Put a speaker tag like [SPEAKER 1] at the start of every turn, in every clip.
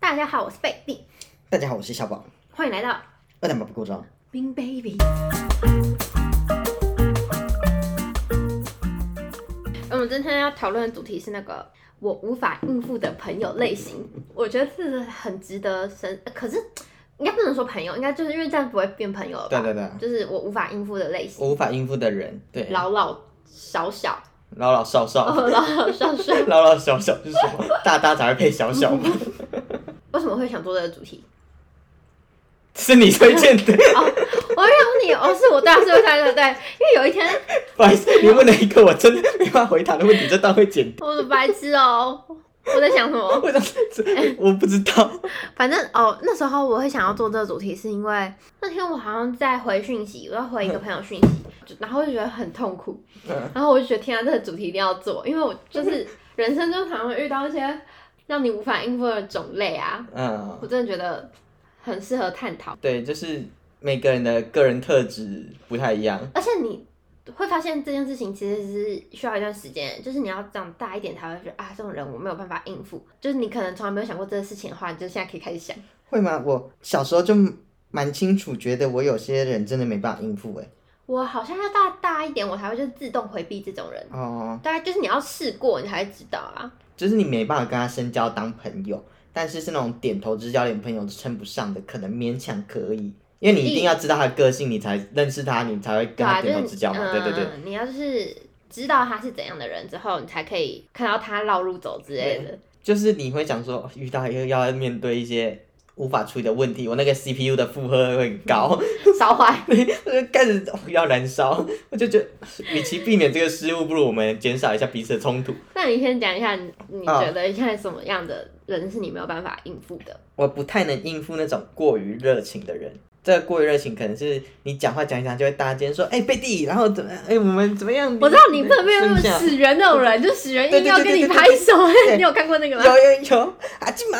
[SPEAKER 1] 大家好，我是贝蒂，
[SPEAKER 2] 大家好，我是小宝，
[SPEAKER 1] 欢迎来到
[SPEAKER 2] 二蛋宝不够装。
[SPEAKER 1] 冰 baby。我们今天要讨论的主题是那个我无法应付的朋友类型，我觉得这是很值得深，可是应该不能说朋友，应该就是因为这样不会变朋友了吧？
[SPEAKER 2] 对对对，
[SPEAKER 1] 就是我无法应付的类型，
[SPEAKER 2] 我无法应付的人，对，
[SPEAKER 1] 老老小小，
[SPEAKER 2] 老老少少，
[SPEAKER 1] 哦， 老老少少。
[SPEAKER 2] 老老小小是什么？大大才会配小小吗？
[SPEAKER 1] 为什么会想做这个主题？
[SPEAKER 2] 是你推荐的，
[SPEAKER 1] 哦，我想问你，哦，是我大四三个对，因为有一天
[SPEAKER 2] 不好意思，你问了一个我真的 没办法回答的问题，这段会剪。
[SPEAKER 1] 我是白痴哦，我在想什么？
[SPEAKER 2] 我想这我不知道，
[SPEAKER 1] 反正哦，那时候我会想要做这个主题，是因为那天我好像在回讯息，我在回一个朋友讯息，就然后我就觉得很痛苦，
[SPEAKER 2] 嗯
[SPEAKER 1] 然后我就觉得天啊，这个主题一定要做，因为我就是人生中常会遇到一些让你无法应付的种类 啊，我
[SPEAKER 2] 嗯，
[SPEAKER 1] 真的觉得很适合探讨，
[SPEAKER 2] 对，就是每个人的个人特质不太一样，
[SPEAKER 1] 而且你。会发现这件事情其实是需要一段时间，就是你要长大一点才会觉得啊，这种人我没有办法应付。就是你可能从来没有想过这个事情的话，你就现在可以开始想。
[SPEAKER 2] 会吗？我小时候就蛮清楚，觉得我有些人真的没办法应付，哎，
[SPEAKER 1] 我好像要大大一点，我才会就自动回避这种人。
[SPEAKER 2] 哦，
[SPEAKER 1] 大概就是你要试过，你才会知道啊。
[SPEAKER 2] 就是你没办法跟他深交当朋友，但是是那种点头之交连朋友都称不上的，可能勉强可以，因为你一定要知道他的个性，你才认识他，你才会跟他
[SPEAKER 1] 啊，就
[SPEAKER 2] 点头
[SPEAKER 1] 是
[SPEAKER 2] 之交嘛。对对对，
[SPEAKER 1] 嗯，你要是知道他是怎样的人之后，你才可以看到他绕路走之类的。
[SPEAKER 2] 就是你会想说，遇到一个要面对一些无法处理的问题，我那个 CPU 的负荷会很高，
[SPEAKER 1] 烧坏，
[SPEAKER 2] 我就开始哦要燃烧，我就觉得，与其避免这个失误，不如我们减少一下彼此的冲突。
[SPEAKER 1] 那你先讲一下，你你
[SPEAKER 2] 啊
[SPEAKER 1] 觉得现在什么样的人是你没有办法应付的？
[SPEAKER 2] 我不太能应付那种过于热情的人。这个过于热情，可能是你讲话讲一讲就会搭肩说：“哎、贝蒂，然后怎么样？哎、我们怎么样？”
[SPEAKER 1] 我知道你不能变
[SPEAKER 2] 是
[SPEAKER 1] 成
[SPEAKER 2] 不是啊
[SPEAKER 1] 死人那种人，就死人
[SPEAKER 2] 对
[SPEAKER 1] 硬
[SPEAKER 2] 对
[SPEAKER 1] 要
[SPEAKER 2] 对
[SPEAKER 1] 跟
[SPEAKER 2] 对
[SPEAKER 1] 你
[SPEAKER 2] 对
[SPEAKER 1] 拍手。
[SPEAKER 2] 对
[SPEAKER 1] 你有看过那个吗？
[SPEAKER 2] 有有有，阿 金玛，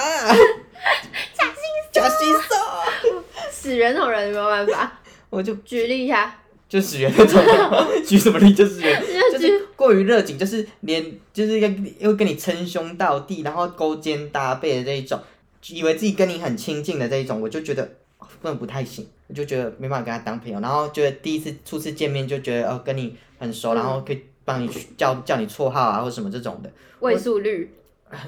[SPEAKER 2] 假心兽，
[SPEAKER 1] 死人那种人没有办法。
[SPEAKER 2] 我就
[SPEAKER 1] 举例一下，
[SPEAKER 2] 就死人那 种人，举什么例就是人，
[SPEAKER 1] 就
[SPEAKER 2] 就
[SPEAKER 1] 举
[SPEAKER 2] 是过于热情，就是连就是要又跟你称兄道弟，然后勾肩搭背的这一种，以为自己跟你很亲近的这一种，我就觉得哦真的不太行，我就觉得没办法跟他当朋友，然后觉得第一次初次见面就觉得哦跟你很熟，然后可以帮你取叫叫你绰号啊或什么这种的，
[SPEAKER 1] 位数率，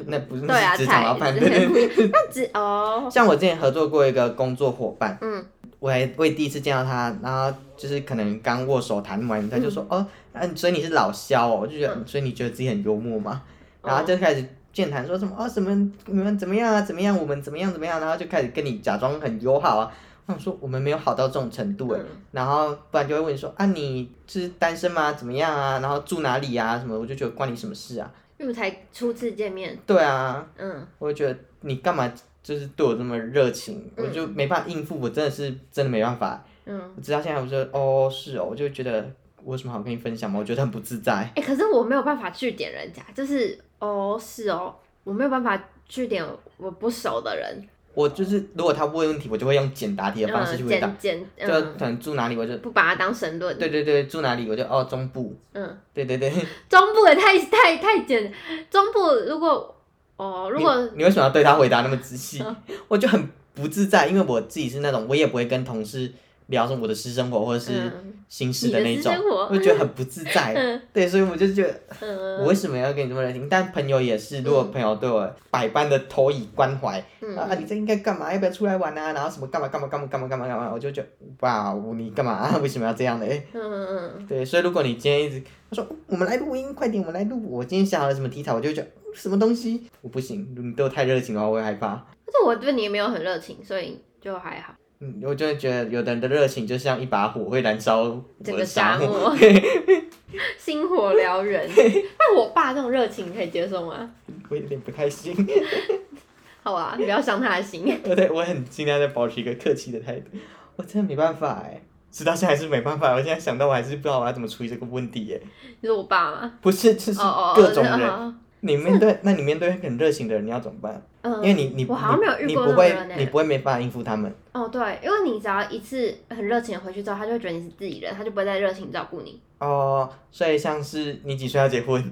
[SPEAKER 2] 那不是
[SPEAKER 1] 对啊，
[SPEAKER 2] 那是职场
[SPEAKER 1] 菜
[SPEAKER 2] 老板
[SPEAKER 1] 就是
[SPEAKER 2] 对对对。
[SPEAKER 1] 那只哦，
[SPEAKER 2] 像我之前合作过一个工作伙伴，
[SPEAKER 1] 嗯，
[SPEAKER 2] 我还我也第一次见到他，然后就是可能刚握手谈完，他就说、哦，嗯，所以你是老肖哦，我就觉得，所以你觉得自己很幽默吗？然后就开始健谈，说什么哦什么你们怎么样啊怎么样，我们怎么样怎么样，然后就开始跟你假装很友好啊。我想说我们没有好到这种程度
[SPEAKER 1] 嗯
[SPEAKER 2] 哎，然后不然就会问你说啊你是单身吗？怎么样啊？然后住哪里啊？什么？我就觉得关你什么事啊？
[SPEAKER 1] 因为才初次见面，
[SPEAKER 2] 对啊，
[SPEAKER 1] 嗯，
[SPEAKER 2] 我就觉得你干嘛就是对我这么热情，
[SPEAKER 1] 嗯
[SPEAKER 2] 我就没办法应付，我真的是真的没办法。
[SPEAKER 1] 嗯，
[SPEAKER 2] 直到现在，我说哦是哦，我就觉得我有什么好跟你分享吗？我觉得很不自在。
[SPEAKER 1] 哎、可是我没有办法据点人家，就是哦是哦，我没有办法据点我不熟的人，
[SPEAKER 2] 我就是如果他问问题，我就会用简答题的方式去
[SPEAKER 1] 嗯，
[SPEAKER 2] 回答，
[SPEAKER 1] 简简
[SPEAKER 2] 就
[SPEAKER 1] 嗯，
[SPEAKER 2] 可能住哪里，我就
[SPEAKER 1] 不把它当神论，
[SPEAKER 2] 对对对住哪里，我就哦中部，
[SPEAKER 1] 嗯，
[SPEAKER 2] 对对对。
[SPEAKER 1] 中部也太太太简，中部如果哦如果
[SPEAKER 2] 你你为什么要对他回答那么仔细
[SPEAKER 1] 嗯？
[SPEAKER 2] 我就很不自在，因为我自己是那种我也不会跟同事聊什么我的私生活或者是
[SPEAKER 1] 嗯
[SPEAKER 2] 心事
[SPEAKER 1] 你的
[SPEAKER 2] 那
[SPEAKER 1] 私
[SPEAKER 2] 种，
[SPEAKER 1] 生活
[SPEAKER 2] 我就觉得很不自在。
[SPEAKER 1] 嗯
[SPEAKER 2] 对，所以我就觉得我
[SPEAKER 1] 嗯
[SPEAKER 2] 为什么要跟你这么热情？但朋友也是，如果朋友对我百般的投以关怀，啊，
[SPEAKER 1] 嗯，
[SPEAKER 2] 你这应该干嘛？要不要出来玩啊？然后什么干嘛干嘛干嘛干嘛干嘛干嘛？我就觉得哇，你干嘛、 为什么要这样的？哎，
[SPEAKER 1] 嗯嗯
[SPEAKER 2] 对，所以如果你今天一直他说嗯我们来录音，快点，我们来录，我今天想好了什么题材，我就会觉得嗯什么东西我不行，你对我太热情的话，我会害怕。
[SPEAKER 1] 但是我对你也没有很热情，所以就还好，
[SPEAKER 2] 嗯，我就会觉得有的人的热情就像一把火，会燃烧
[SPEAKER 1] 整
[SPEAKER 2] 我
[SPEAKER 1] 个
[SPEAKER 2] 的
[SPEAKER 1] 沙
[SPEAKER 2] 沙
[SPEAKER 1] 漠 星火燎原。 那我爸这种热情你可以接受吗？
[SPEAKER 2] 我有点不太行。
[SPEAKER 1] 好啊，不要伤他的心。
[SPEAKER 2] 我 对我很尽量在保持一个客气的态度，我真的没办法哎，直到现在还是没办法。我现在想到我还是不知道我要怎么处理这个问题耶。
[SPEAKER 1] 你说我爸吗？
[SPEAKER 2] 不是，就是
[SPEAKER 1] 哦哦，哦
[SPEAKER 2] 各种
[SPEAKER 1] 这
[SPEAKER 2] 人，
[SPEAKER 1] 哦
[SPEAKER 2] 你面对那你面对很热情的人，你要怎么办？
[SPEAKER 1] 嗯，
[SPEAKER 2] 因为你你
[SPEAKER 1] 我好像没有
[SPEAKER 2] 你
[SPEAKER 1] 遇
[SPEAKER 2] 你
[SPEAKER 1] 过那
[SPEAKER 2] 不
[SPEAKER 1] 种
[SPEAKER 2] 会
[SPEAKER 1] 人
[SPEAKER 2] 你
[SPEAKER 1] 欸。
[SPEAKER 2] 不会没办法应付他们。
[SPEAKER 1] 哦，对，因为你只要一次很热情的回去之后，他就会觉得你是自己人，他就不会再热情照顾你。
[SPEAKER 2] 哦，所以像是你几岁要结婚？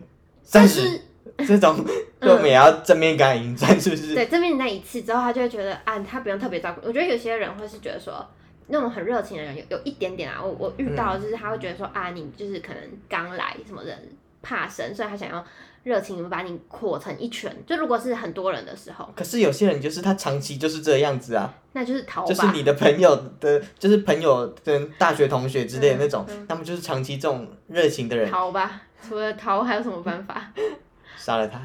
[SPEAKER 1] 但
[SPEAKER 2] 三十
[SPEAKER 1] 是嗯
[SPEAKER 2] 这种就我们也要正面刚迎战，是不是？
[SPEAKER 1] 对，正面那一次之后，他就会觉得啊，他不用特别照顾你。我觉得有些人会是觉得说，那种很热情的人有有一点点啊，我我遇
[SPEAKER 2] 嗯
[SPEAKER 1] 到的就是他会觉得说、啊，你就是可能刚来什么人怕生，所以他想要热情把你扩成一圈。就如果是很多人的时候，
[SPEAKER 2] 可是有些人就是他长期就是这样子啊，
[SPEAKER 1] 那就是逃吧。
[SPEAKER 2] 就是你的朋友的，就是朋友跟大学同学之类
[SPEAKER 1] 嗯
[SPEAKER 2] 的那种，他们就是长期这种热情的人，
[SPEAKER 1] 逃吧，除了逃还有什么办法？
[SPEAKER 2] 杀了他。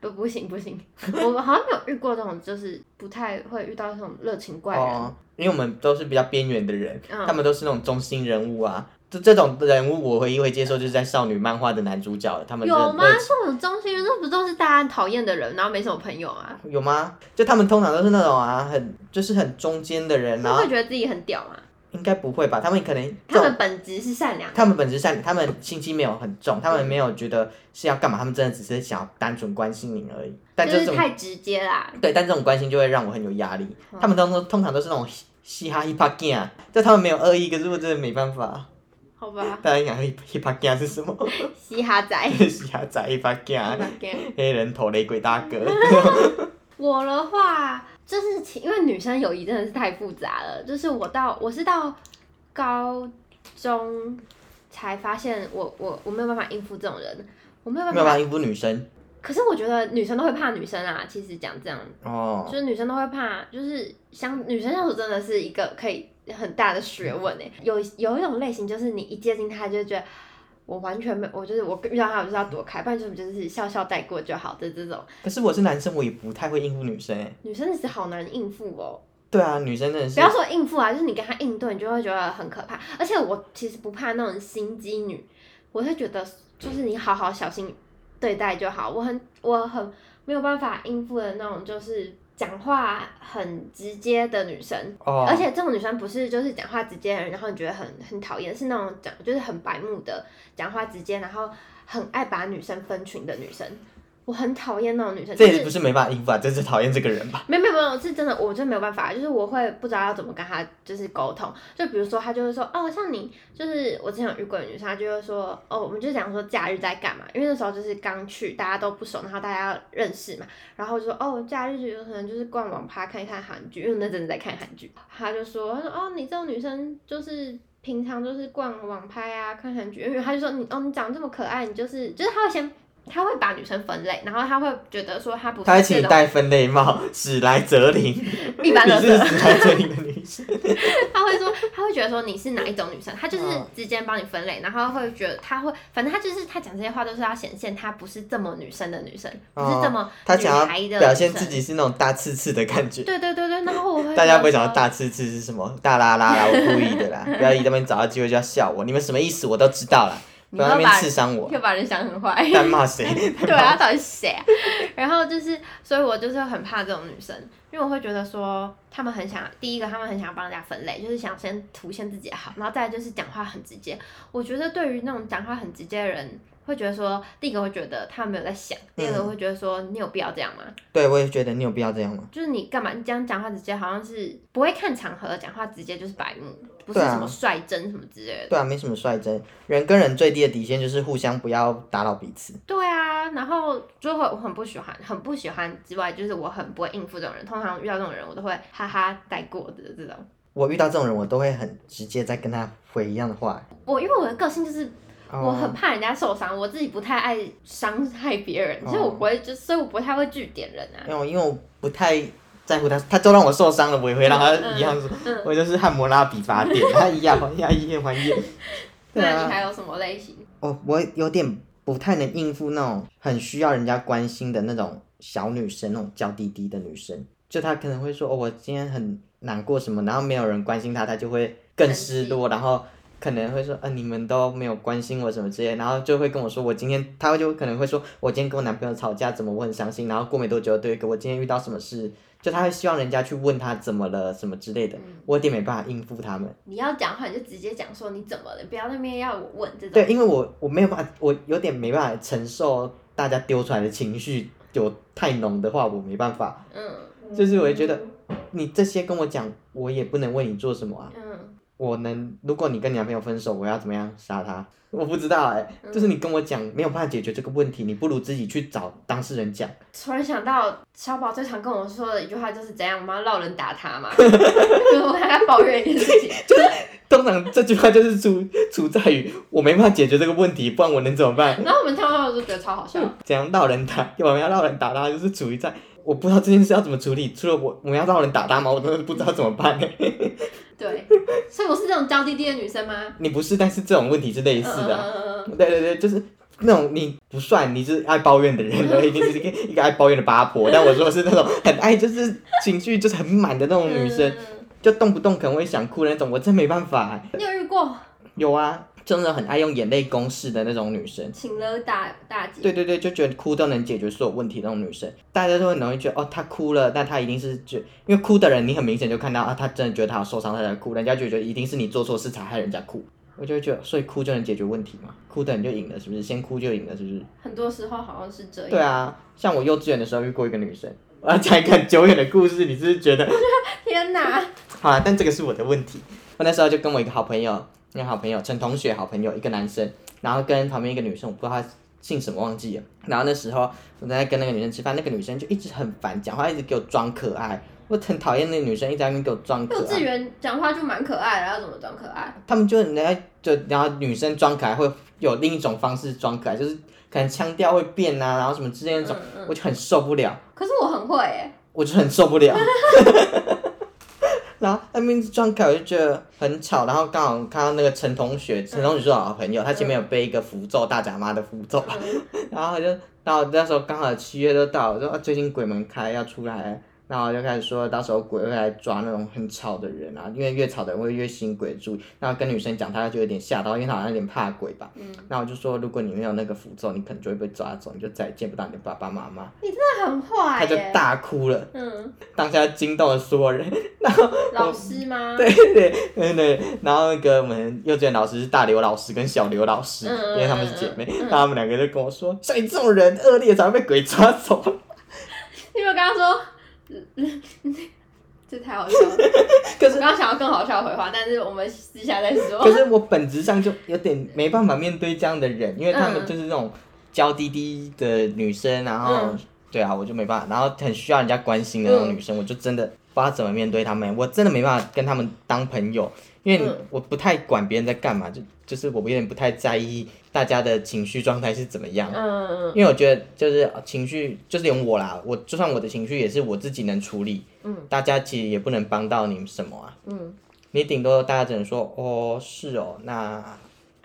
[SPEAKER 1] 不，不行，不行， 我们好像没有遇过这种，就是不太会遇到这种热情怪人。啊
[SPEAKER 2] 哦，因为我们都是比较边缘的人，
[SPEAKER 1] 嗯
[SPEAKER 2] 他们都是那种中心人物啊。这这种人物我唯一会接受就是在少女漫画的男主角了，他们真的
[SPEAKER 1] 有吗？这种中心人，这不都是大家很讨厌的人，然后没什么朋友啊吗？
[SPEAKER 2] 有吗？就他们通常都是那种啊，很就是很中间的人，
[SPEAKER 1] 他
[SPEAKER 2] 然后
[SPEAKER 1] 会觉得自己很屌吗？
[SPEAKER 2] 应该不会吧？他们可能
[SPEAKER 1] 他
[SPEAKER 2] 这种
[SPEAKER 1] 们本质是善良的。
[SPEAKER 2] 他们本质上他们心机没有很重，他们没有觉得是要干嘛，他们真的只是想要单纯关心你而已。但
[SPEAKER 1] 就
[SPEAKER 2] 这
[SPEAKER 1] 是
[SPEAKER 2] 种
[SPEAKER 1] 太嗯直接啦。
[SPEAKER 2] 对，但这种关心就会让我很有压力。他们通常通常都是那种嘻嘻哈 hip hop gang，啊就他们没有恶意，可是我真的没办法。
[SPEAKER 1] 好吧，
[SPEAKER 2] 大家想 hip hip hop gang 是什么？
[SPEAKER 1] 嘻哈 仔。
[SPEAKER 2] 嘻哈仔 hip hop gang，黑啊人头雷鬼大 哥。
[SPEAKER 1] 我的话，就是其因为女生友谊真的是太复杂了，就是我到我是到高中才发现我我我没有办法应付这种人，我没有办
[SPEAKER 2] 没有办
[SPEAKER 1] 法。
[SPEAKER 2] 法应付女生
[SPEAKER 1] 可是我觉得女生都会怕女生啊，其实讲这样，
[SPEAKER 2] 哦
[SPEAKER 1] 就。是女生都会怕，就是相女生相处真的是一个可以很大的学问诶。有有一种类型就是你一接近她就会觉得。我完全没，有，我就是我遇到她，我就是要躲开，不然就是就是笑笑带过就好的这种。
[SPEAKER 2] 可是我是男生，我也不太会应付女生哎。
[SPEAKER 1] 女生真的是好难应付哦，
[SPEAKER 2] 对啊，女生真的是
[SPEAKER 1] 不要说应付啊，就是你跟她应对，你就会觉得很可怕。而且我其实不怕那种心机女，我会觉得就是你好好小心对待就好。我很我很没有办法应付的那种，就是讲话很直接的女生。
[SPEAKER 2] 哦，
[SPEAKER 1] 而且这种女生不是就是讲话直接的人，然后你觉得很很讨厌，是那种讲就是很白目的，讲话直接，然后很爱把女生分群的女生。我很讨厌那种女生，
[SPEAKER 2] 这
[SPEAKER 1] 就
[SPEAKER 2] 也
[SPEAKER 1] 是
[SPEAKER 2] 不是没办法应付啊，真是讨厌这个人吧。
[SPEAKER 1] 没有没有没有，是真的，我真的没有办法，就是我会不知道要怎么跟他就是沟通。就比如说，他就会说，哦，像你，就是我之前有遇过的女生，她就会说，哦，我们就讲说假日在干嘛，因为那时候就是刚去，大家都不熟，然后大家要认识嘛，然后就说，哦，假日有可能就是逛网趴看一看韩剧，因为我那阵子在看韩剧。他就说，他说，哦，你这种女生就是。平常就是逛网拍啊，看韩剧，因为他就说你哦，你长这么可爱，你就是就是他会先他会把女生分类，然后他会觉得说她不是
[SPEAKER 2] 他还请
[SPEAKER 1] 这
[SPEAKER 2] 你
[SPEAKER 1] 种
[SPEAKER 2] 戴分类帽，史莱哲林，
[SPEAKER 1] 一般
[SPEAKER 2] 你
[SPEAKER 1] 的
[SPEAKER 2] 是史莱哲林的女 生。
[SPEAKER 1] 他会说，他会觉得说你是哪一种女生，他就是
[SPEAKER 2] 嗯
[SPEAKER 1] 直接帮你分类，然后会觉得他会，反正他就是他讲这些话都是要显现他不是这么女生的女生，不是这么
[SPEAKER 2] 哦他想
[SPEAKER 1] 女孩
[SPEAKER 2] 要
[SPEAKER 1] 的
[SPEAKER 2] 表现
[SPEAKER 1] 女
[SPEAKER 2] 自
[SPEAKER 1] 生
[SPEAKER 2] 己是那种大刺刺的感觉。
[SPEAKER 1] 对对对对，然后我会
[SPEAKER 2] 大家不会
[SPEAKER 1] 觉得
[SPEAKER 2] 想到大刺刺是什么？大拉 拉啦，我故意的啦！不要以他们找到机会就要笑我，你们什么意思我都知道啦，
[SPEAKER 1] 你
[SPEAKER 2] 不要那
[SPEAKER 1] 们
[SPEAKER 2] 边
[SPEAKER 1] 把
[SPEAKER 2] 刺 伤我，
[SPEAKER 1] 又把人想很坏，
[SPEAKER 2] 在骂谁？
[SPEAKER 1] 对啊，到底是谁啊？然后就是，所以我就是很怕这种女生，因为我会觉得说，他们很想，第一个他们很想帮人家分类，就是想先凸显自己的好，然后再来就是讲话很直接。我觉得对于那种讲话很直接的人，会觉得说，第一个会觉得他没有在想，第
[SPEAKER 2] 嗯
[SPEAKER 1] 二个会觉得说，你有必要这样吗？
[SPEAKER 2] 对，我也觉得你有必要这样吗？
[SPEAKER 1] 就是你干嘛？你这样讲话直接，好像是不会看场合讲话直接就是白目，不是
[SPEAKER 2] 对啊
[SPEAKER 1] 什么率真什么之类的。
[SPEAKER 2] 对啊，没什么率真，人跟人最低的底线就是互相不要打扰彼此。
[SPEAKER 1] 对啊，然后就会我很不喜欢，很不喜欢之外，就是我很不会应付这种人。通常遇到这种人，我都会哈哈带过的这种。
[SPEAKER 2] 我遇到这种人，我都会很直接在跟他回一样的话。
[SPEAKER 1] 我因为我的个性就是我很
[SPEAKER 2] 哦，
[SPEAKER 1] 怕人家受伤，我自己不太爱伤害别人，所以
[SPEAKER 2] 哦
[SPEAKER 1] 我不会就，所以我不太会据点人啊。
[SPEAKER 2] 因为我因为我不太在乎他，他都让我受伤了，我也会让他
[SPEAKER 1] 嗯嗯
[SPEAKER 2] 一样说，
[SPEAKER 1] 嗯
[SPEAKER 2] 我就是汉摩拉比法典，他一样还一样还 一样。对
[SPEAKER 1] 那
[SPEAKER 2] 啊
[SPEAKER 1] 你，还有什么类型？
[SPEAKER 2] 我哦我有点不太能应付那种很需要人家关心的那种小女生，那种娇滴滴的女生，就她可能会说哦，我今天很难过什么，然后没有人关心她，她就会更失落，然后。可能会说，呃，你们都没有关心我什么之类，然后就会跟我说，我今天，她就可能会说，我今天跟我男朋友吵架，怎么我很伤心，然后过没多久，对，我今天遇到什么事，就她会希望人家去问她怎么了，什么之类的，我有点没办法应付他们。
[SPEAKER 1] 嗯你要讲话你就直接讲说你怎么了，不要那边要我问这种。
[SPEAKER 2] 对，因为我我没有办法，我有点没办法承受大家丢出来的情绪有太浓的话，我没办法。
[SPEAKER 1] 嗯
[SPEAKER 2] 就是我会觉得你这些跟我讲，我也不能为你做什么啊。
[SPEAKER 1] 嗯，
[SPEAKER 2] 我能，如果你跟你男朋友分手，我要怎么样杀他？我不知道哎、就是你跟我讲没有办法解决这个问题，你不如自己去找当事人讲。
[SPEAKER 1] 突然想到，小宝最常跟我说的一句话就是怎样，我们要绕人打他 嘛。就是我跟他抱怨一件事情，
[SPEAKER 2] 通常这句话就是出出在于我没办法解决这个问题，不然我能怎么办？
[SPEAKER 1] 然后我们听到我就觉得超好笑。
[SPEAKER 2] 怎样闹人打？我们要闹人打他，就是处于在我不知道这件事要怎么处理，除了我我们要闹人打他吗？我真的不知道怎么办、
[SPEAKER 1] 对，所以我是这种娇滴滴的女生吗？
[SPEAKER 2] 你不是，但是这种问题是类似的啊、
[SPEAKER 1] 嗯嗯嗯嗯
[SPEAKER 2] 对对对，就是那种你不算，你是爱抱怨的人，而已，你是一个一个爱抱怨的八婆。但我说的是那种很爱，就是情绪就是很满的那种女生，
[SPEAKER 1] 嗯
[SPEAKER 2] 就动不动可能会想哭的那种，我真没办法、
[SPEAKER 1] 你有遇过
[SPEAKER 2] 有啊，真的很爱用眼泪公式的那种女生。
[SPEAKER 1] 请了大大姐？
[SPEAKER 2] 对对对，就觉得哭都能解决所有问题的那种女生，大家都很容易觉得哦，她哭了，那她一定是觉，因为哭的人你很明显就看到啊，她真的觉得她有受伤，她才哭，人家就觉得一定是你做错事才害人家哭，我就会觉得，所以哭就能解决问题嘛，哭的人就赢了，是不是？先哭就赢了，是不是？
[SPEAKER 1] 很多时候好像是这样。
[SPEAKER 2] 对啊，像我幼稚园的时候遇过一个女生，我要讲一个很久远的故事，你是不是觉得？
[SPEAKER 1] 天哪！
[SPEAKER 2] 好啊啦，但这个是我的问题。我那时候就跟我一个好朋友，那个好朋友陈同学，好朋友一个男生，然后跟旁边一个女生，我不知道她姓什么忘记了。然后那时候我在跟那个女生吃饭，那个女生就一直很烦，讲话一直给我装可爱，我很讨厌那个女生一直在那边给我装可
[SPEAKER 1] 幼稚
[SPEAKER 2] 爱。
[SPEAKER 1] 园讲话就蛮可爱的，要怎么装可爱？
[SPEAKER 2] 他们就人家就然后女生装可爱会有另一种方式装可爱，就是可能腔调会变啊，然后什么之类的那种，
[SPEAKER 1] 嗯
[SPEAKER 2] 我就很受不了。
[SPEAKER 1] 可是我很会哎，
[SPEAKER 2] 我就很受不了。 然后那边装可爱，我就觉得很吵。然后刚好看到那个陈同学，陈同学是我好朋友，他前面有背一个符咒，大甲妈的符咒。
[SPEAKER 1] 嗯
[SPEAKER 2] 然后我就，然后那时候刚好七月都到了，我说、啊、最近鬼门开要出来了，然后我就开始说，到时候鬼会来抓那种很吵的人啊，因为越吵的人会越吸引鬼注意。然后跟女生讲，她就有点吓到，因为她好像有点怕鬼吧。
[SPEAKER 1] 嗯
[SPEAKER 2] 然后我就说，如果你没有那个符咒，你可能就会被抓走，你就再也见不到你的爸爸妈妈。
[SPEAKER 1] 你真的很坏
[SPEAKER 2] 她就
[SPEAKER 1] 耶。
[SPEAKER 2] 大哭了。
[SPEAKER 1] 嗯，
[SPEAKER 2] 当下惊动了所有人，
[SPEAKER 1] 老师吗？
[SPEAKER 2] 对对对对，然后那个我们幼稚园老师是大刘老师跟小刘老师，
[SPEAKER 1] 嗯嗯
[SPEAKER 2] 因为他们是姐妹，
[SPEAKER 1] 嗯嗯
[SPEAKER 2] 然后他们两个就跟我说，像你这种人恶劣，才会被鬼抓走。
[SPEAKER 1] 因为我刚刚说， 这太好笑了。
[SPEAKER 2] 可
[SPEAKER 1] 我
[SPEAKER 2] 是
[SPEAKER 1] 刚刚想要更好笑的回话，但是我们私下再说。
[SPEAKER 2] 可是我本质上就有点没办法面对这样的人，因为他们
[SPEAKER 1] 嗯
[SPEAKER 2] 就是那种娇滴滴的女生，然后、
[SPEAKER 1] 嗯
[SPEAKER 2] 对啊，我就没办法，然后很需要人家关心的那种女生，我就真的不知道怎么面对他们，我真的没办法跟他们当朋友，因为你
[SPEAKER 1] 嗯
[SPEAKER 2] 我不太管别人在干嘛，就就是我有点不太在意大家的情绪状态是怎么样。
[SPEAKER 1] 嗯，
[SPEAKER 2] 因为我觉得就是呃情绪，就是连我啦，我就算我的情绪也是我自己能处理，
[SPEAKER 1] 嗯，
[SPEAKER 2] 大家其实也不能帮到你什么啊，
[SPEAKER 1] 嗯，
[SPEAKER 2] 你顶多大家只能说哦是哦，那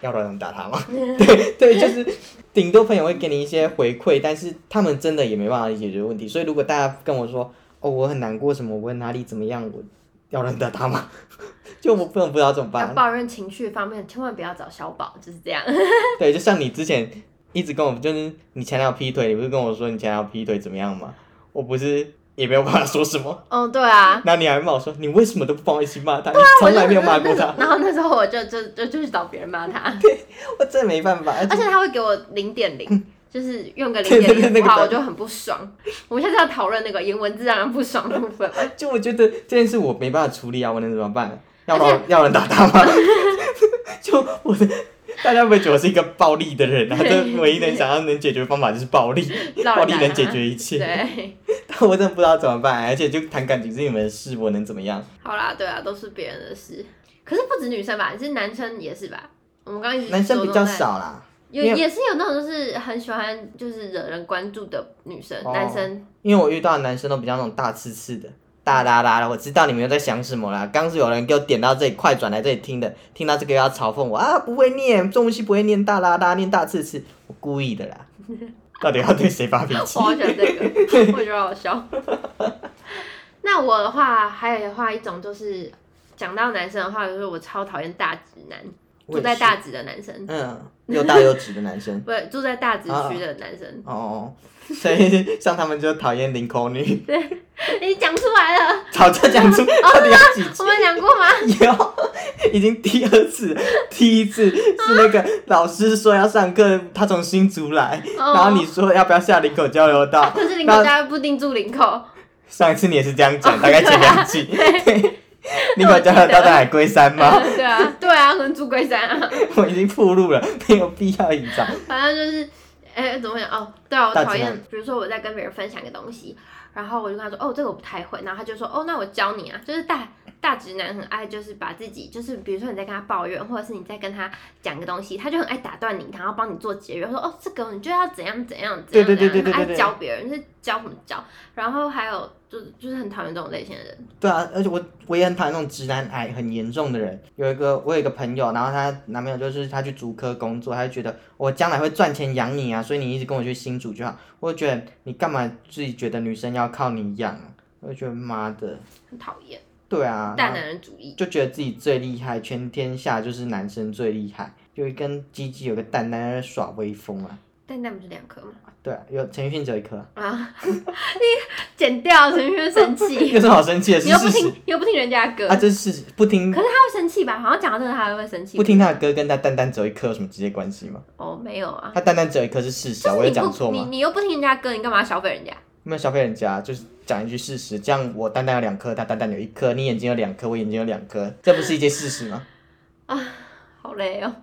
[SPEAKER 2] 要不然打他吗？ 对对，就是顶多朋友会给你一些回馈，但是他们真的也没办法解决问题，所以如果大家跟我说哦我很难过什么，我哪里怎么样，我要不然打他吗？ 就我根本不知道怎么办
[SPEAKER 1] 要，抱怨情绪方面，千万不要找小宝，就是这样。
[SPEAKER 2] 对，就像你之前一直跟我，就是你前男友劈腿，你不是跟我说你前男友劈腿怎么样吗？我不是也没有办法说什么，
[SPEAKER 1] 哦，对啊。
[SPEAKER 2] 然后你还骂我说你为什么都不啊帮我一起骂他，你从来没有骂过他，
[SPEAKER 1] 然后那时候我就就就就去找别人骂他，
[SPEAKER 2] 我真的没办法，而
[SPEAKER 1] 而
[SPEAKER 2] 且
[SPEAKER 1] 且他会给我零点 零，就是用个零
[SPEAKER 2] 对对对
[SPEAKER 1] 点
[SPEAKER 2] 那
[SPEAKER 1] 零符
[SPEAKER 2] 个
[SPEAKER 1] 号，
[SPEAKER 2] 单
[SPEAKER 1] 我就很不爽。我们下次要讨论那个言文字让人不爽的部分。
[SPEAKER 2] 就我觉得这件事我没办法处理啊，我能怎么办？要不然要人打他吗？ 就我的。大家会不会觉得我是一个暴力的人啊？
[SPEAKER 1] 对
[SPEAKER 2] 这唯一能想到能解决的方法就是暴力，
[SPEAKER 1] 让人打他
[SPEAKER 2] 暴力能解决一切。
[SPEAKER 1] 对，
[SPEAKER 2] 但我真的不知道怎么办，而且就谈感情是你们的事，我能怎么 样？
[SPEAKER 1] 好啦，对啊，都是别人的事。可是不止女生吧，是男生也是吧？我们刚刚一直
[SPEAKER 2] 男生
[SPEAKER 1] 着
[SPEAKER 2] 比
[SPEAKER 1] 重
[SPEAKER 2] 较
[SPEAKER 1] 在
[SPEAKER 2] 少啦，
[SPEAKER 1] 有
[SPEAKER 2] 因为
[SPEAKER 1] 也是有那种就是很喜欢就是惹人关注的女生、
[SPEAKER 2] 哦
[SPEAKER 1] 男生，
[SPEAKER 2] 因为我遇到的男生都比较那种大刺刺的，大啦啦的，我知道你们又在想什么啦。刚是有人给我点到这里，快转来这里听的，听到这个又要嘲讽我啊，不会念中文系，不会念大啦啦，念大刺刺，我故意的 啦。到底要对谁发脾
[SPEAKER 1] 我？
[SPEAKER 2] 气
[SPEAKER 1] 好喜欢这 个，我觉得好笑。那我的话，还有的话一种就是讲到男生的话，就是我超讨厌大直男，
[SPEAKER 2] 我
[SPEAKER 1] 住
[SPEAKER 2] 也
[SPEAKER 1] 在
[SPEAKER 2] 是
[SPEAKER 1] 大直的男生，
[SPEAKER 2] 嗯，又大又直的男生。
[SPEAKER 1] 不住在大直区的男生，
[SPEAKER 2] 哦，所以像他们就讨厌林口女， 啊
[SPEAKER 1] 你讲出来 了，
[SPEAKER 2] 早就讲 出到底要几
[SPEAKER 1] 我们讲过吗？
[SPEAKER 2] 有，已经第二次，第一次是那个老师说要上课，他从新竹来，
[SPEAKER 1] 哦
[SPEAKER 2] 然后你说要不要下林口交流道，
[SPEAKER 1] 可
[SPEAKER 2] 啊
[SPEAKER 1] 是林口家不定住林口，
[SPEAKER 2] 上一次你也是这样讲，大概前两季，你把加拿大的海龟山吗？
[SPEAKER 1] 对啊，对啊，很主龟山啊，
[SPEAKER 2] 我已经铺路了，没有必要隐藏。
[SPEAKER 1] 反正就是，哎、怎么讲？哦，对啊，我
[SPEAKER 2] 大致
[SPEAKER 1] 讨厌
[SPEAKER 2] 上，
[SPEAKER 1] 比如说我在跟别人分享一个东西，然后我就跟他说，哦，这个我不太会，然后他就说，哦，那我教你啊。就是大大直男很爱，就是把自己，就是比如说你在跟他抱怨，或者是你在跟他讲个东西，他就很爱打断你，然后帮你做结语，说，哦，这个你就要怎样怎样怎
[SPEAKER 2] 对
[SPEAKER 1] 样
[SPEAKER 2] 对
[SPEAKER 1] 怎
[SPEAKER 2] 对
[SPEAKER 1] 样，
[SPEAKER 2] 对对
[SPEAKER 1] 很爱
[SPEAKER 2] 对对
[SPEAKER 1] 教别人，就是教什么教。然后还有就是就是很讨厌这种类型的人，
[SPEAKER 2] 对啊，而且我我也很讨厌那种直男癌很严重的人。有一个我有一个朋友，然后她男朋友就是他去竹科工作，他就觉得我将来会赚钱养你啊，所以你一直跟我去新竹就好。我就觉得你干嘛自己觉得女生要靠你养啊？我就觉得妈的，
[SPEAKER 1] 很讨厌
[SPEAKER 2] 对啊，
[SPEAKER 1] 大男人主义。
[SPEAKER 2] 就觉得自己最厉害，全天下就是男生最厉害，就跟鸡鸡有个蛋蛋在那耍威风啊。
[SPEAKER 1] 蛋蛋不是两颗吗？
[SPEAKER 2] 对啊，有陈奕迅只有 一颗啊，
[SPEAKER 1] 啊，你剪掉，陈奕迅会生气。
[SPEAKER 2] 有什么好生气的？是
[SPEAKER 1] 你又不
[SPEAKER 2] 事实
[SPEAKER 1] 听，你又不听人家的歌，
[SPEAKER 2] 啊，这是事实不听
[SPEAKER 1] 可是他会生气吧？好像讲到这个，他会生气。
[SPEAKER 2] 不听他的歌跟他蛋蛋只有一颗有什么直接关系吗？
[SPEAKER 1] 哦，没有啊，
[SPEAKER 2] 他单单只有一颗是事实
[SPEAKER 1] 就
[SPEAKER 2] 啊，
[SPEAKER 1] 是
[SPEAKER 2] 我
[SPEAKER 1] 你
[SPEAKER 2] 有
[SPEAKER 1] 不，
[SPEAKER 2] 讲错
[SPEAKER 1] 你
[SPEAKER 2] 吗？
[SPEAKER 1] 你又不听人家歌，你干嘛消费人家？
[SPEAKER 2] 没有消费人家，就是讲一句事实，这样我单单有两颗，他单单有一颗，你眼睛有两颗，我眼睛有两颗，这不是一件事实吗？
[SPEAKER 1] 好累哦，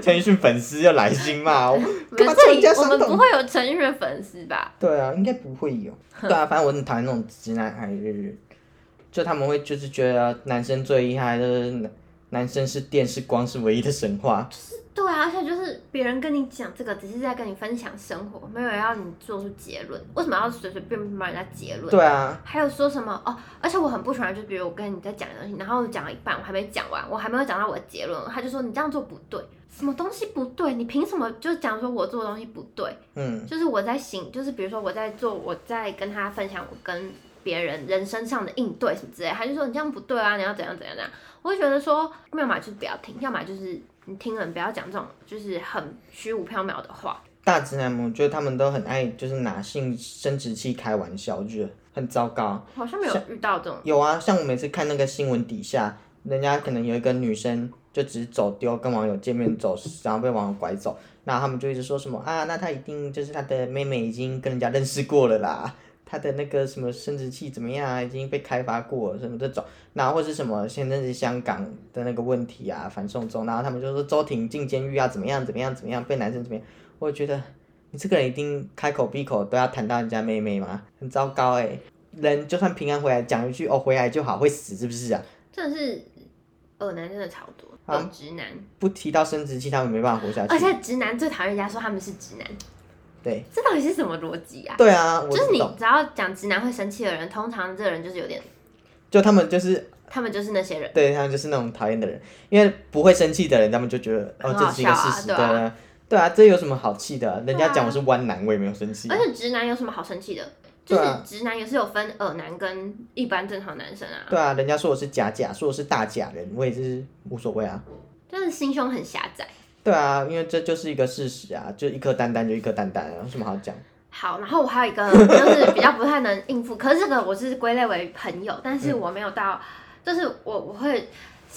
[SPEAKER 2] 陈奕迅粉丝又来 信骂我，
[SPEAKER 1] 我
[SPEAKER 2] 干
[SPEAKER 1] 们
[SPEAKER 2] 嘛
[SPEAKER 1] 这
[SPEAKER 2] 叫人
[SPEAKER 1] 里
[SPEAKER 2] 家
[SPEAKER 1] 我
[SPEAKER 2] 伤
[SPEAKER 1] 们不
[SPEAKER 2] 痛？
[SPEAKER 1] 会有陈奕迅的粉丝吧？
[SPEAKER 2] 对啊，应该不会有。对啊，反正我很讨厌那种直男癌的人，就他们会就是觉得男生最厉害，就是男男生是电是光是唯一的神话。
[SPEAKER 1] 对啊，而且就是别人跟你讲这个，只是在跟你分享生活，没有要你做出结论。为什么要随随便便帮人家结论？
[SPEAKER 2] 对啊，
[SPEAKER 1] 还有说什么哦？而且我很不喜欢，就比如我跟你在讲的东西，然后讲了一半，我还没讲完，我还没有讲到我的结论，他就说你这样做不对，什么东西不对？你凭什么就讲说我做的东西不对？
[SPEAKER 2] 嗯，
[SPEAKER 1] 就是我在行，就是比如说我在做，我在跟他分享我跟别人人身上的应对什么之类，他就说你这样不对啊，你要怎样怎样怎样。我会觉得说，要么就是不要听，要么就是你听了你不要讲这种就是很虚无缥缈的话。
[SPEAKER 2] 大直男们，我觉得他们都很爱就是拿性生殖器开玩笑，我觉得很糟糕。
[SPEAKER 1] 好像没有遇到这种，
[SPEAKER 2] 有啊，像我每次看那个新闻底下，人家可能有一个女生就只是走丢，跟网友见面走，然后被网友拐走，那他们就一直说什么啊，那她一定就是她的妹妹已经跟人家认识过了啦， 她的那个什么生殖器怎么样啊，已经被开发过了什么这种，然后或是什么前阵子香港的那个问题啊，反送中，然后他们就说周婷进监狱啊，怎么样怎么样怎么样，被男生怎么样，我觉得。你这个人一定开口闭口都要谈到人家妹妹吗？很糟糕哎、人就算平安回来，讲一句哦回来就好，会死是不是啊？
[SPEAKER 1] 真的是恶男真的超多，
[SPEAKER 2] 啊
[SPEAKER 1] 恶直男。
[SPEAKER 2] 不提到生殖器，他们没办法活下
[SPEAKER 1] 而
[SPEAKER 2] 去。
[SPEAKER 1] 且直男最讨厌人家说他们是直男，
[SPEAKER 2] 对
[SPEAKER 1] 这到底是什么逻辑啊？
[SPEAKER 2] 对啊，我
[SPEAKER 1] 就是
[SPEAKER 2] 不
[SPEAKER 1] 你
[SPEAKER 2] 懂，
[SPEAKER 1] 只要讲直男会生气的人，通常这个人就是有点，
[SPEAKER 2] 就他们就是
[SPEAKER 1] 他们就是那些人。
[SPEAKER 2] 对他们就是那种讨厌的人，因为不会生气的人，他们就觉得哦
[SPEAKER 1] 很好
[SPEAKER 2] 这是一个
[SPEAKER 1] 笑
[SPEAKER 2] 事
[SPEAKER 1] 啊
[SPEAKER 2] 实，
[SPEAKER 1] 对
[SPEAKER 2] 对
[SPEAKER 1] 啊
[SPEAKER 2] 啊对啊，这有什么好气的啊？人家
[SPEAKER 1] 对啊哎
[SPEAKER 2] 讲我是弯男，我也没有生气啊
[SPEAKER 1] 而。且直男有什么好生气的？就
[SPEAKER 2] 对
[SPEAKER 1] 是
[SPEAKER 2] 啊
[SPEAKER 1] 直男也是有分耳男跟一般正常男生啊，
[SPEAKER 2] 对啊，人家说我是假假，说我是大假人，我也是无所谓啊。
[SPEAKER 1] 但是心胸很狭窄。
[SPEAKER 2] 对啊，因为这就是一个事实啊，就一颗蛋蛋就一颗蛋蛋啊，有什么好讲？
[SPEAKER 1] 好，然后我还有一个 就是比较不太能应付，可是这个我是归类为朋友，但
[SPEAKER 2] 嗯
[SPEAKER 1] 是我没有到，就是我我会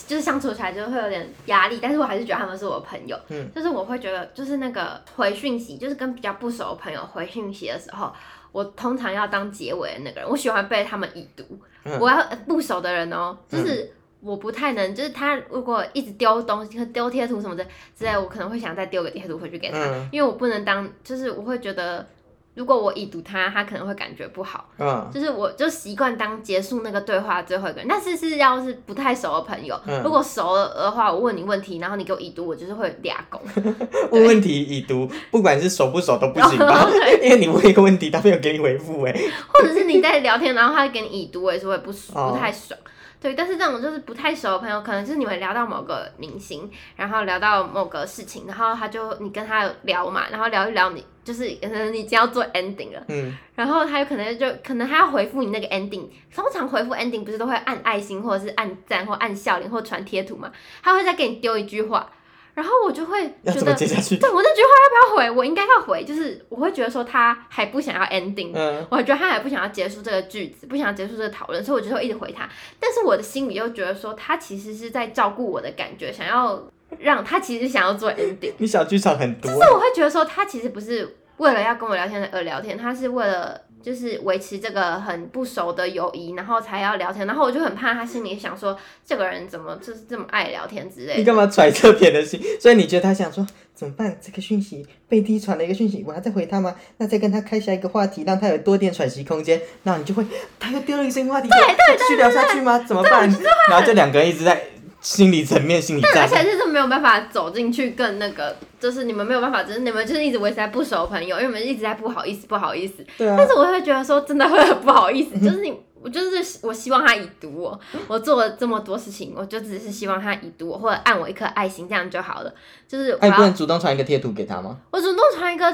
[SPEAKER 1] 就是相处起来就会有点压力，但是我还是觉得他们是我的朋友，
[SPEAKER 2] 嗯，
[SPEAKER 1] 就是我会觉得就是那个回讯息，就是跟比较不熟的朋友回讯息的时候。我通常要当结尾的那个人，我喜欢被他们已读。
[SPEAKER 2] 嗯
[SPEAKER 1] 我要呃不熟的人哦，就是我不太能，就是他如果一直丢东西、丢贴图什么的之类，我可能会想再丢个贴图回去给他。
[SPEAKER 2] 嗯
[SPEAKER 1] 因为我不能当，就是我会觉得，如果我已读他，他可能会感觉不好。
[SPEAKER 2] 嗯，
[SPEAKER 1] 就是我就习惯当结束那个对话的最后一个人，但是是要是不太熟的朋友，
[SPEAKER 2] 嗯
[SPEAKER 1] 如果熟了的话，我问你问题，然后你给我已读，我就是会俩拱。
[SPEAKER 2] 问问题已读，不管是熟不熟都不行 吧？因为你问一个问题，他没有给你回复哎、
[SPEAKER 1] 或者是你在聊天，然后他给你已读，我也是会不舒
[SPEAKER 2] 哦
[SPEAKER 1] 不太爽。对，但是这种就是不太熟的朋友，可能就是你们聊到某个明星，然后聊到某个事情，然后他就你跟他聊嘛，然后聊一聊你，就是 可能你就要做 ending 了，
[SPEAKER 2] 嗯，
[SPEAKER 1] 然后他有可能就可能他要回复你那个 ending，通常回复 ending 不是都会按爱心或者是按赞或按笑脸或传贴图嘛，他会再给你丢一句话，然后我就会
[SPEAKER 2] 要
[SPEAKER 1] 觉
[SPEAKER 2] 怎么
[SPEAKER 1] 得，
[SPEAKER 2] 接下 去？
[SPEAKER 1] 对我那句话要不要回？我应该要回，就是我会觉得说他还不想要 ending，
[SPEAKER 2] 嗯，
[SPEAKER 1] 我觉得他还不想要结束这个句子，不想要结束这个讨论，所以我就会一直回他。但是我的心里又觉得说，他其实是在照顾我的感觉，想要让他其实想要做 ending，
[SPEAKER 2] 你小剧场很
[SPEAKER 1] 就
[SPEAKER 2] 多
[SPEAKER 1] 是我会觉得说，他其实不是为了要跟我聊天而聊天，他是为了就是维持这个很不熟的友谊，然后才要聊天，然后我就很怕他心里想说这个人怎么就是这么爱聊天之类
[SPEAKER 2] 你
[SPEAKER 1] 的。
[SPEAKER 2] 干嘛揣测别人的心？所以你觉得他想说怎么办？这个讯息被 D 传了一个讯息，我还在回他吗？那再跟他开下一个话题，让他有多点喘息空间，那你就会他又丢了一个新话题，对对对，续聊下去吗？怎么办？然后就两个人一直在心理层面心理
[SPEAKER 1] 但而
[SPEAKER 2] 战。
[SPEAKER 1] 且就是没有办法走进去，更那个，就是你们没有办法，就是你们就是一直维持在不熟的朋友，因为你们一直在不好意思，不好意思。
[SPEAKER 2] 对啊
[SPEAKER 1] 但，是我会觉得说，真的会很不好意思，就是你，我就是我希望他已读我，我做了这么多事情，我就只是希望他已读我，或者按我一颗爱心，这样就好了。就是我
[SPEAKER 2] 哎，你
[SPEAKER 1] 要
[SPEAKER 2] 不能主动传一个贴图给他吗？
[SPEAKER 1] 我主动传一个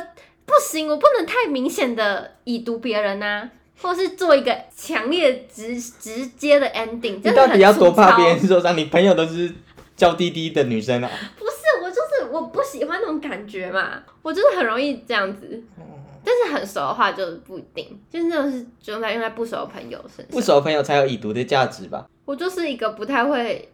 [SPEAKER 1] 不行，我不能太明显的已读别人呐、或是做一个强烈直直接的 ending，
[SPEAKER 2] 你
[SPEAKER 1] 真的
[SPEAKER 2] 到
[SPEAKER 1] 很
[SPEAKER 2] 底要多
[SPEAKER 1] 粗
[SPEAKER 2] 怕
[SPEAKER 1] 糙
[SPEAKER 2] 别人受伤？你朋友都是叫滴滴的 女生啊。
[SPEAKER 1] 不是，我就是我不喜欢那种感觉嘛，我就是很容易这样子。但是很熟的话就不一定，就是那种是只用在用在不熟的朋友身
[SPEAKER 2] 不
[SPEAKER 1] 上。
[SPEAKER 2] 熟的朋友才有已读的价值吧？
[SPEAKER 1] 我就是一个不太会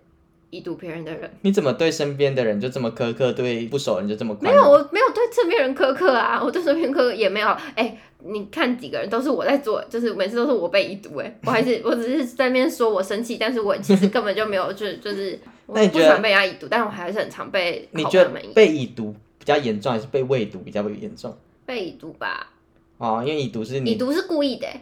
[SPEAKER 1] 已读别人的人，
[SPEAKER 2] 你怎么对身边的人就这么苛刻，对不熟人就这么宽
[SPEAKER 1] 没
[SPEAKER 2] 容？
[SPEAKER 1] 有，我没有对身边人苛刻啊，我对身边苛刻也没有。哎、你看几个人都是我在做，就是每次都是我被已读、哎，我还是我只是在那边说我生气，但是我其实根本就没有，就就是我
[SPEAKER 2] 那你
[SPEAKER 1] 不
[SPEAKER 2] 觉
[SPEAKER 1] 喜
[SPEAKER 2] 得
[SPEAKER 1] 欢被人家已读，但我还是很常被
[SPEAKER 2] 你
[SPEAKER 1] 好朋
[SPEAKER 2] 觉
[SPEAKER 1] 友
[SPEAKER 2] 得
[SPEAKER 1] 们已
[SPEAKER 2] 被已读比较严重，还是被未读比较严重？
[SPEAKER 1] 被已读吧。
[SPEAKER 2] 哦，因为已读是
[SPEAKER 1] 已
[SPEAKER 2] 你
[SPEAKER 1] 读是故意的、欸，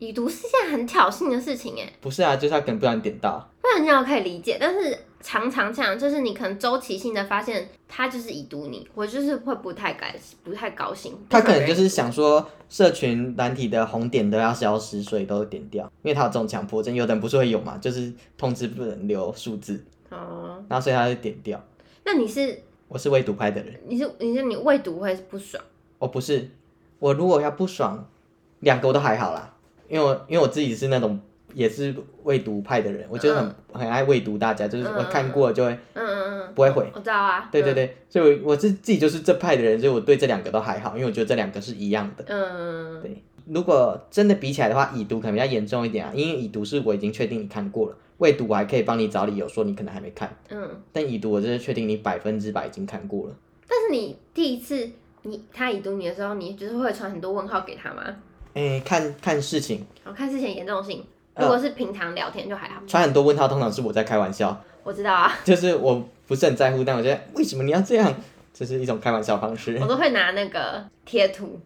[SPEAKER 1] 已读是件很挑衅的事情、欸，哎，
[SPEAKER 2] 不是啊，就是他可能不小心点到，
[SPEAKER 1] 不然这样可以理解，但是常常这样，就是你可能周期性的发现他就是已读你，我就是会不太感不太高兴。
[SPEAKER 2] 他可能就是想说社群软体的红点都要消失，所以都点掉，因为他有这种强迫症，有的人不是会有嘛，就是通知不能留数字，
[SPEAKER 1] 哦，
[SPEAKER 2] 然后所以他就点掉。
[SPEAKER 1] 那你是
[SPEAKER 2] 我是未读派的人，
[SPEAKER 1] 你是你是你未读会不爽，
[SPEAKER 2] 我哦不是，我如果要不爽，两个我都还好啦，因为我因为我自己是那种也是未读派的人，我就是很、很爱未读大家，就是我看过就会
[SPEAKER 1] 嗯嗯嗯，
[SPEAKER 2] 不会回。
[SPEAKER 1] 我知道啊，
[SPEAKER 2] 对对对，所以我我是自己就是这派的人，所以我对这两个都还好，因为我觉得这两个是一样的。
[SPEAKER 1] 嗯，嗯，
[SPEAKER 2] 如果真的比起来的话，已读可能比较严重一点啊，因为已读是我已经确定你看过了，未读我还可以帮你找理由说你可能还没看，
[SPEAKER 1] 嗯，
[SPEAKER 2] 但已读我就是确定你百分之百已经看过了。
[SPEAKER 1] 但是你第一次你他已读你的时候，你就是会传很多问号给他吗？
[SPEAKER 2] 诶，看看事情，
[SPEAKER 1] 我看事情严重性，
[SPEAKER 2] 呃
[SPEAKER 1] 如果是平常聊天就还好，
[SPEAKER 2] 传很多问号通常是我在开玩笑，
[SPEAKER 1] 我知道啊，
[SPEAKER 2] 就是我不是很在乎，但我觉得为什么你要这样，这、是一种开玩笑方式
[SPEAKER 1] 我。都会拿那个贴图，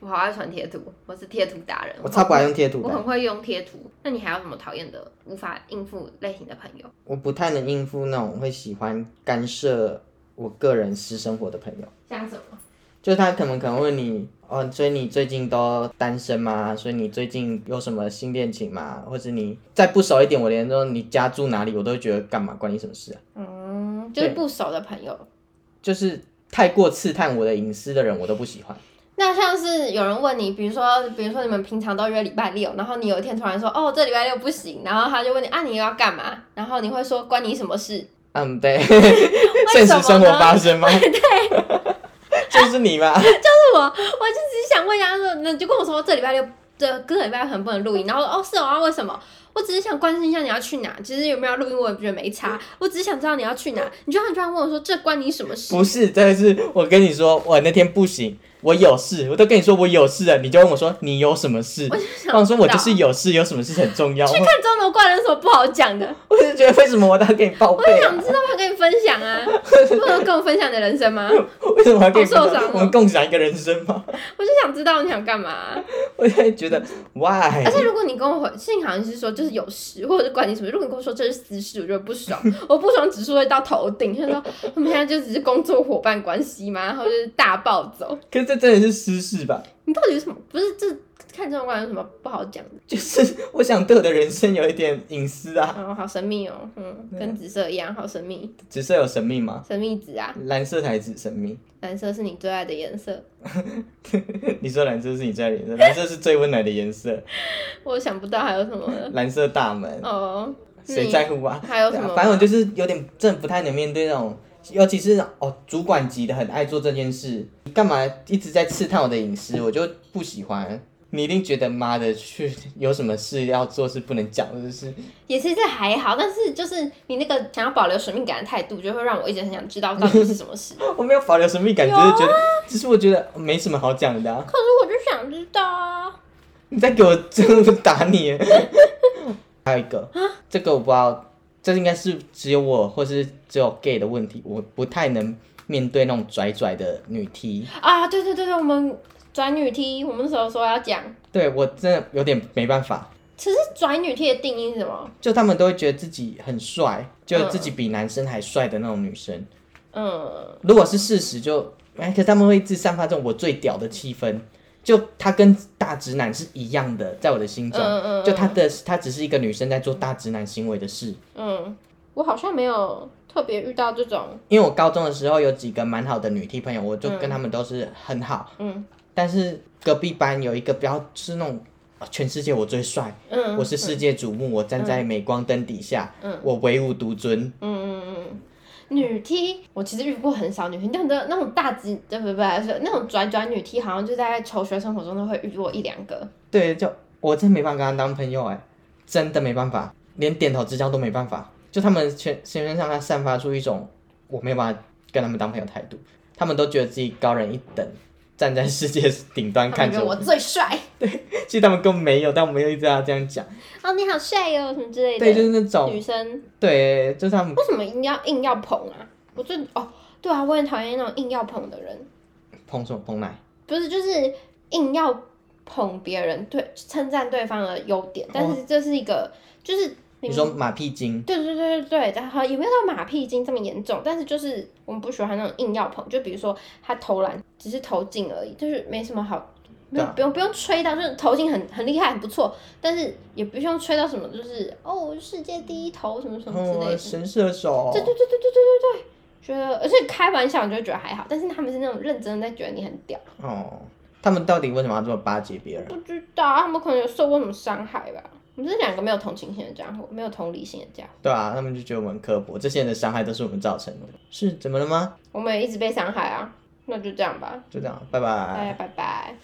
[SPEAKER 1] 我好爱传贴图，我是贴图达人。
[SPEAKER 2] 我超不爱用贴图
[SPEAKER 1] 我
[SPEAKER 2] 的
[SPEAKER 1] 很，会用贴图。那你还有什么讨厌的、无法应付类型的朋友？
[SPEAKER 2] 我不太能应付那种会喜欢干涉我个人私生活的朋友。
[SPEAKER 1] 像什么？
[SPEAKER 2] 就他可能可能问你，哦，所以你最近都单身吗？所以你最近有什么新恋情吗？或者你再不熟一点，我连说你家住哪里，我都会觉得干嘛关你什么事啊？
[SPEAKER 1] 嗯，就是不熟的朋友。
[SPEAKER 2] 就是太过刺探我的隐私的人，我都不喜欢。
[SPEAKER 1] 那像是有人问你，比如说，比如说你们平常都约礼拜六，然后你有一天突然说，哦，这礼拜六不行，然后他就问你，啊，你又要干嘛？然后你会说，关你什么事？
[SPEAKER 2] 嗯，对，
[SPEAKER 1] 为
[SPEAKER 2] 现
[SPEAKER 1] 什么呢
[SPEAKER 2] 实生活 发生吗？ 对，就是你嘛。
[SPEAKER 1] 是我，我就只是想问一下，说，那你就跟我说这礼拜六，这个礼拜很不能录音，然后哦是哦，啊为什么？我只是想关心一下你要去哪，其实有没有要录音，我也觉得没差，我只是想知道你要去哪，你就很突然问我说这关你什么事？
[SPEAKER 2] 不是，真的是我跟你说，我那天不行，我有事，我都跟你说我有事了，你就问我说你有什么事？
[SPEAKER 1] 我就想，
[SPEAKER 2] 我说我就是有事，有什么事很重要。
[SPEAKER 1] 去看钟楼怪人有什么不好讲的，
[SPEAKER 2] 我就觉得为什么我都要跟你报
[SPEAKER 1] 我也
[SPEAKER 2] 备、啊
[SPEAKER 1] 想？知道，我想跟你分享 啊，不能跟我分享你的人生吗？
[SPEAKER 2] 为什么要跟你
[SPEAKER 1] 好受伤哦
[SPEAKER 2] 我们共享一个人生吗？
[SPEAKER 1] 我就想知道你想干嘛、
[SPEAKER 2] 我现在觉得 why？
[SPEAKER 1] 而且如果你跟我回信，好像是说就是有事，或者是管你什么。如果你跟我说这是私事，我就会不爽， 我不爽指数会到头顶，就是说我们现在就只是工作伙伴关系嘛，然后就是大暴走。
[SPEAKER 2] 可是这真的是私事吧？
[SPEAKER 1] 你到底有什么？不是这看这种观有什么不好讲的？
[SPEAKER 2] 就是我想对我的人生有一点隐私啊，
[SPEAKER 1] 哦，好神秘哦，嗯，跟紫色一样，好神秘，
[SPEAKER 2] 紫色有神秘吗？
[SPEAKER 1] 神秘紫啊，
[SPEAKER 2] 蓝色才是神秘。
[SPEAKER 1] 蓝色是你最爱的颜色，
[SPEAKER 2] 你说蓝色是你最爱的颜色，蓝色是最温暖的颜色，
[SPEAKER 1] 我想不到还有什么了。
[SPEAKER 2] 蓝色大门，
[SPEAKER 1] 哦，
[SPEAKER 2] 谁在乎啊？
[SPEAKER 1] 嗯还有
[SPEAKER 2] 对
[SPEAKER 1] 什
[SPEAKER 2] 啊
[SPEAKER 1] 么？
[SPEAKER 2] 反正我就是有点真的不太能面对那种，尤其是哦主管级的很爱做这件事，你干嘛一直在刺探我的隐私，我就不喜欢。你一定觉得妈的去有什么事要做是不能讲的，就是
[SPEAKER 1] 也是这还好，但是就是你那个想要保留使命感的态度，就会让我一直很想知道到底是什么事。
[SPEAKER 2] 我没有保留神秘感，只
[SPEAKER 1] 有啊
[SPEAKER 2] 是觉得，只是我觉得没什么好讲的、啊。
[SPEAKER 1] 可是我就想知道啊，
[SPEAKER 2] 你再给我真的打你！ 还有一个，这个我不知道，这应该是只有我或是只有 gay 的问题，我不太能面对那种拽拽的女 T。
[SPEAKER 1] 啊，对对对对，我们转女 T，我们那时候说要讲，
[SPEAKER 2] 对我真的有点没办法，
[SPEAKER 1] 其实转女 T 的定义是什么？
[SPEAKER 2] 就他们都会觉得自己很帅，就自己比男生还帅的那种女生。
[SPEAKER 1] 嗯，
[SPEAKER 2] 如果是事实就，哎，可是他们会一直散发这种我最屌的气氛，就他跟大直男是一样的，在我的心中，
[SPEAKER 1] 嗯嗯嗯
[SPEAKER 2] 就他的他只是一个女生在做大直男行为的事。
[SPEAKER 1] 嗯，我好像没有特别遇到这种，
[SPEAKER 2] 因为我高中的时候有几个蛮好的女 T 朋友，我就跟他们都是很好，
[SPEAKER 1] 嗯
[SPEAKER 2] 但是隔壁班有一个比较是那种啊全世界我最帅，
[SPEAKER 1] 嗯，
[SPEAKER 2] 我是世界瞩目，我站在镁光灯底下，我唯我独尊，
[SPEAKER 1] 嗯嗯嗯。女 T，我其实遇过很少女 T，但的那种大几，对不对？是那种拽拽女 T，好像就在求学生活中都会遇过一两个。
[SPEAKER 2] 对，就我真没办法跟他当朋友哎、真的没办法，连点头之交都没办法，就他们全全身上下散发出一种我没有办法跟他们当朋友态度，他们都觉得自己高人一等，站在世界顶端
[SPEAKER 1] 他
[SPEAKER 2] 看
[SPEAKER 1] 们觉
[SPEAKER 2] 着
[SPEAKER 1] 得我
[SPEAKER 2] 我，
[SPEAKER 1] 最帅，
[SPEAKER 2] 其实他们根本没有，但我们又一直要这样讲，
[SPEAKER 1] 哦，你好帅哦，什么之类的。
[SPEAKER 2] 对，就是那种。
[SPEAKER 1] 女生
[SPEAKER 2] 对，就是他们
[SPEAKER 1] 为什么硬要硬要捧啊？我最哦，对啊，我很讨厌那种硬要捧的人，
[SPEAKER 2] 捧什么捧奶，
[SPEAKER 1] 不是就是硬要捧别人，对，称赞对方的优点，但是这是一个、就是
[SPEAKER 2] 你
[SPEAKER 1] 明
[SPEAKER 2] 说马屁精，
[SPEAKER 1] 对对对对对，然后也没有到马屁精这么严重，但是就是我们不喜欢那种硬要捧，就比如说他投篮只是投进而已，就是没什么好，没有
[SPEAKER 2] 对啊
[SPEAKER 1] 不用不用吹到，就是投进很很厉害很不错，但是也不用吹到什么，就是哦世界第一投什么什么之类
[SPEAKER 2] 哦，
[SPEAKER 1] 的，
[SPEAKER 2] 神射手
[SPEAKER 1] 对，对对对对对对对，觉得而且开玩笑你就会觉得还好，但是他们是那种认真的在觉得你很屌，
[SPEAKER 2] 哦，他们到底为什么要这么巴结别人？
[SPEAKER 1] 不知道啊他们可能有受过什么伤害吧。我们这两个没有同情心的家伙，没有同理心的家伙，
[SPEAKER 2] 对啊，他们就觉得我们很刻薄，这些人的伤害都是我们造成的。是怎么了吗？
[SPEAKER 1] 我们也一直被伤害啊。那就这样吧，哎
[SPEAKER 2] 就这样，拜拜
[SPEAKER 1] 大家拜拜。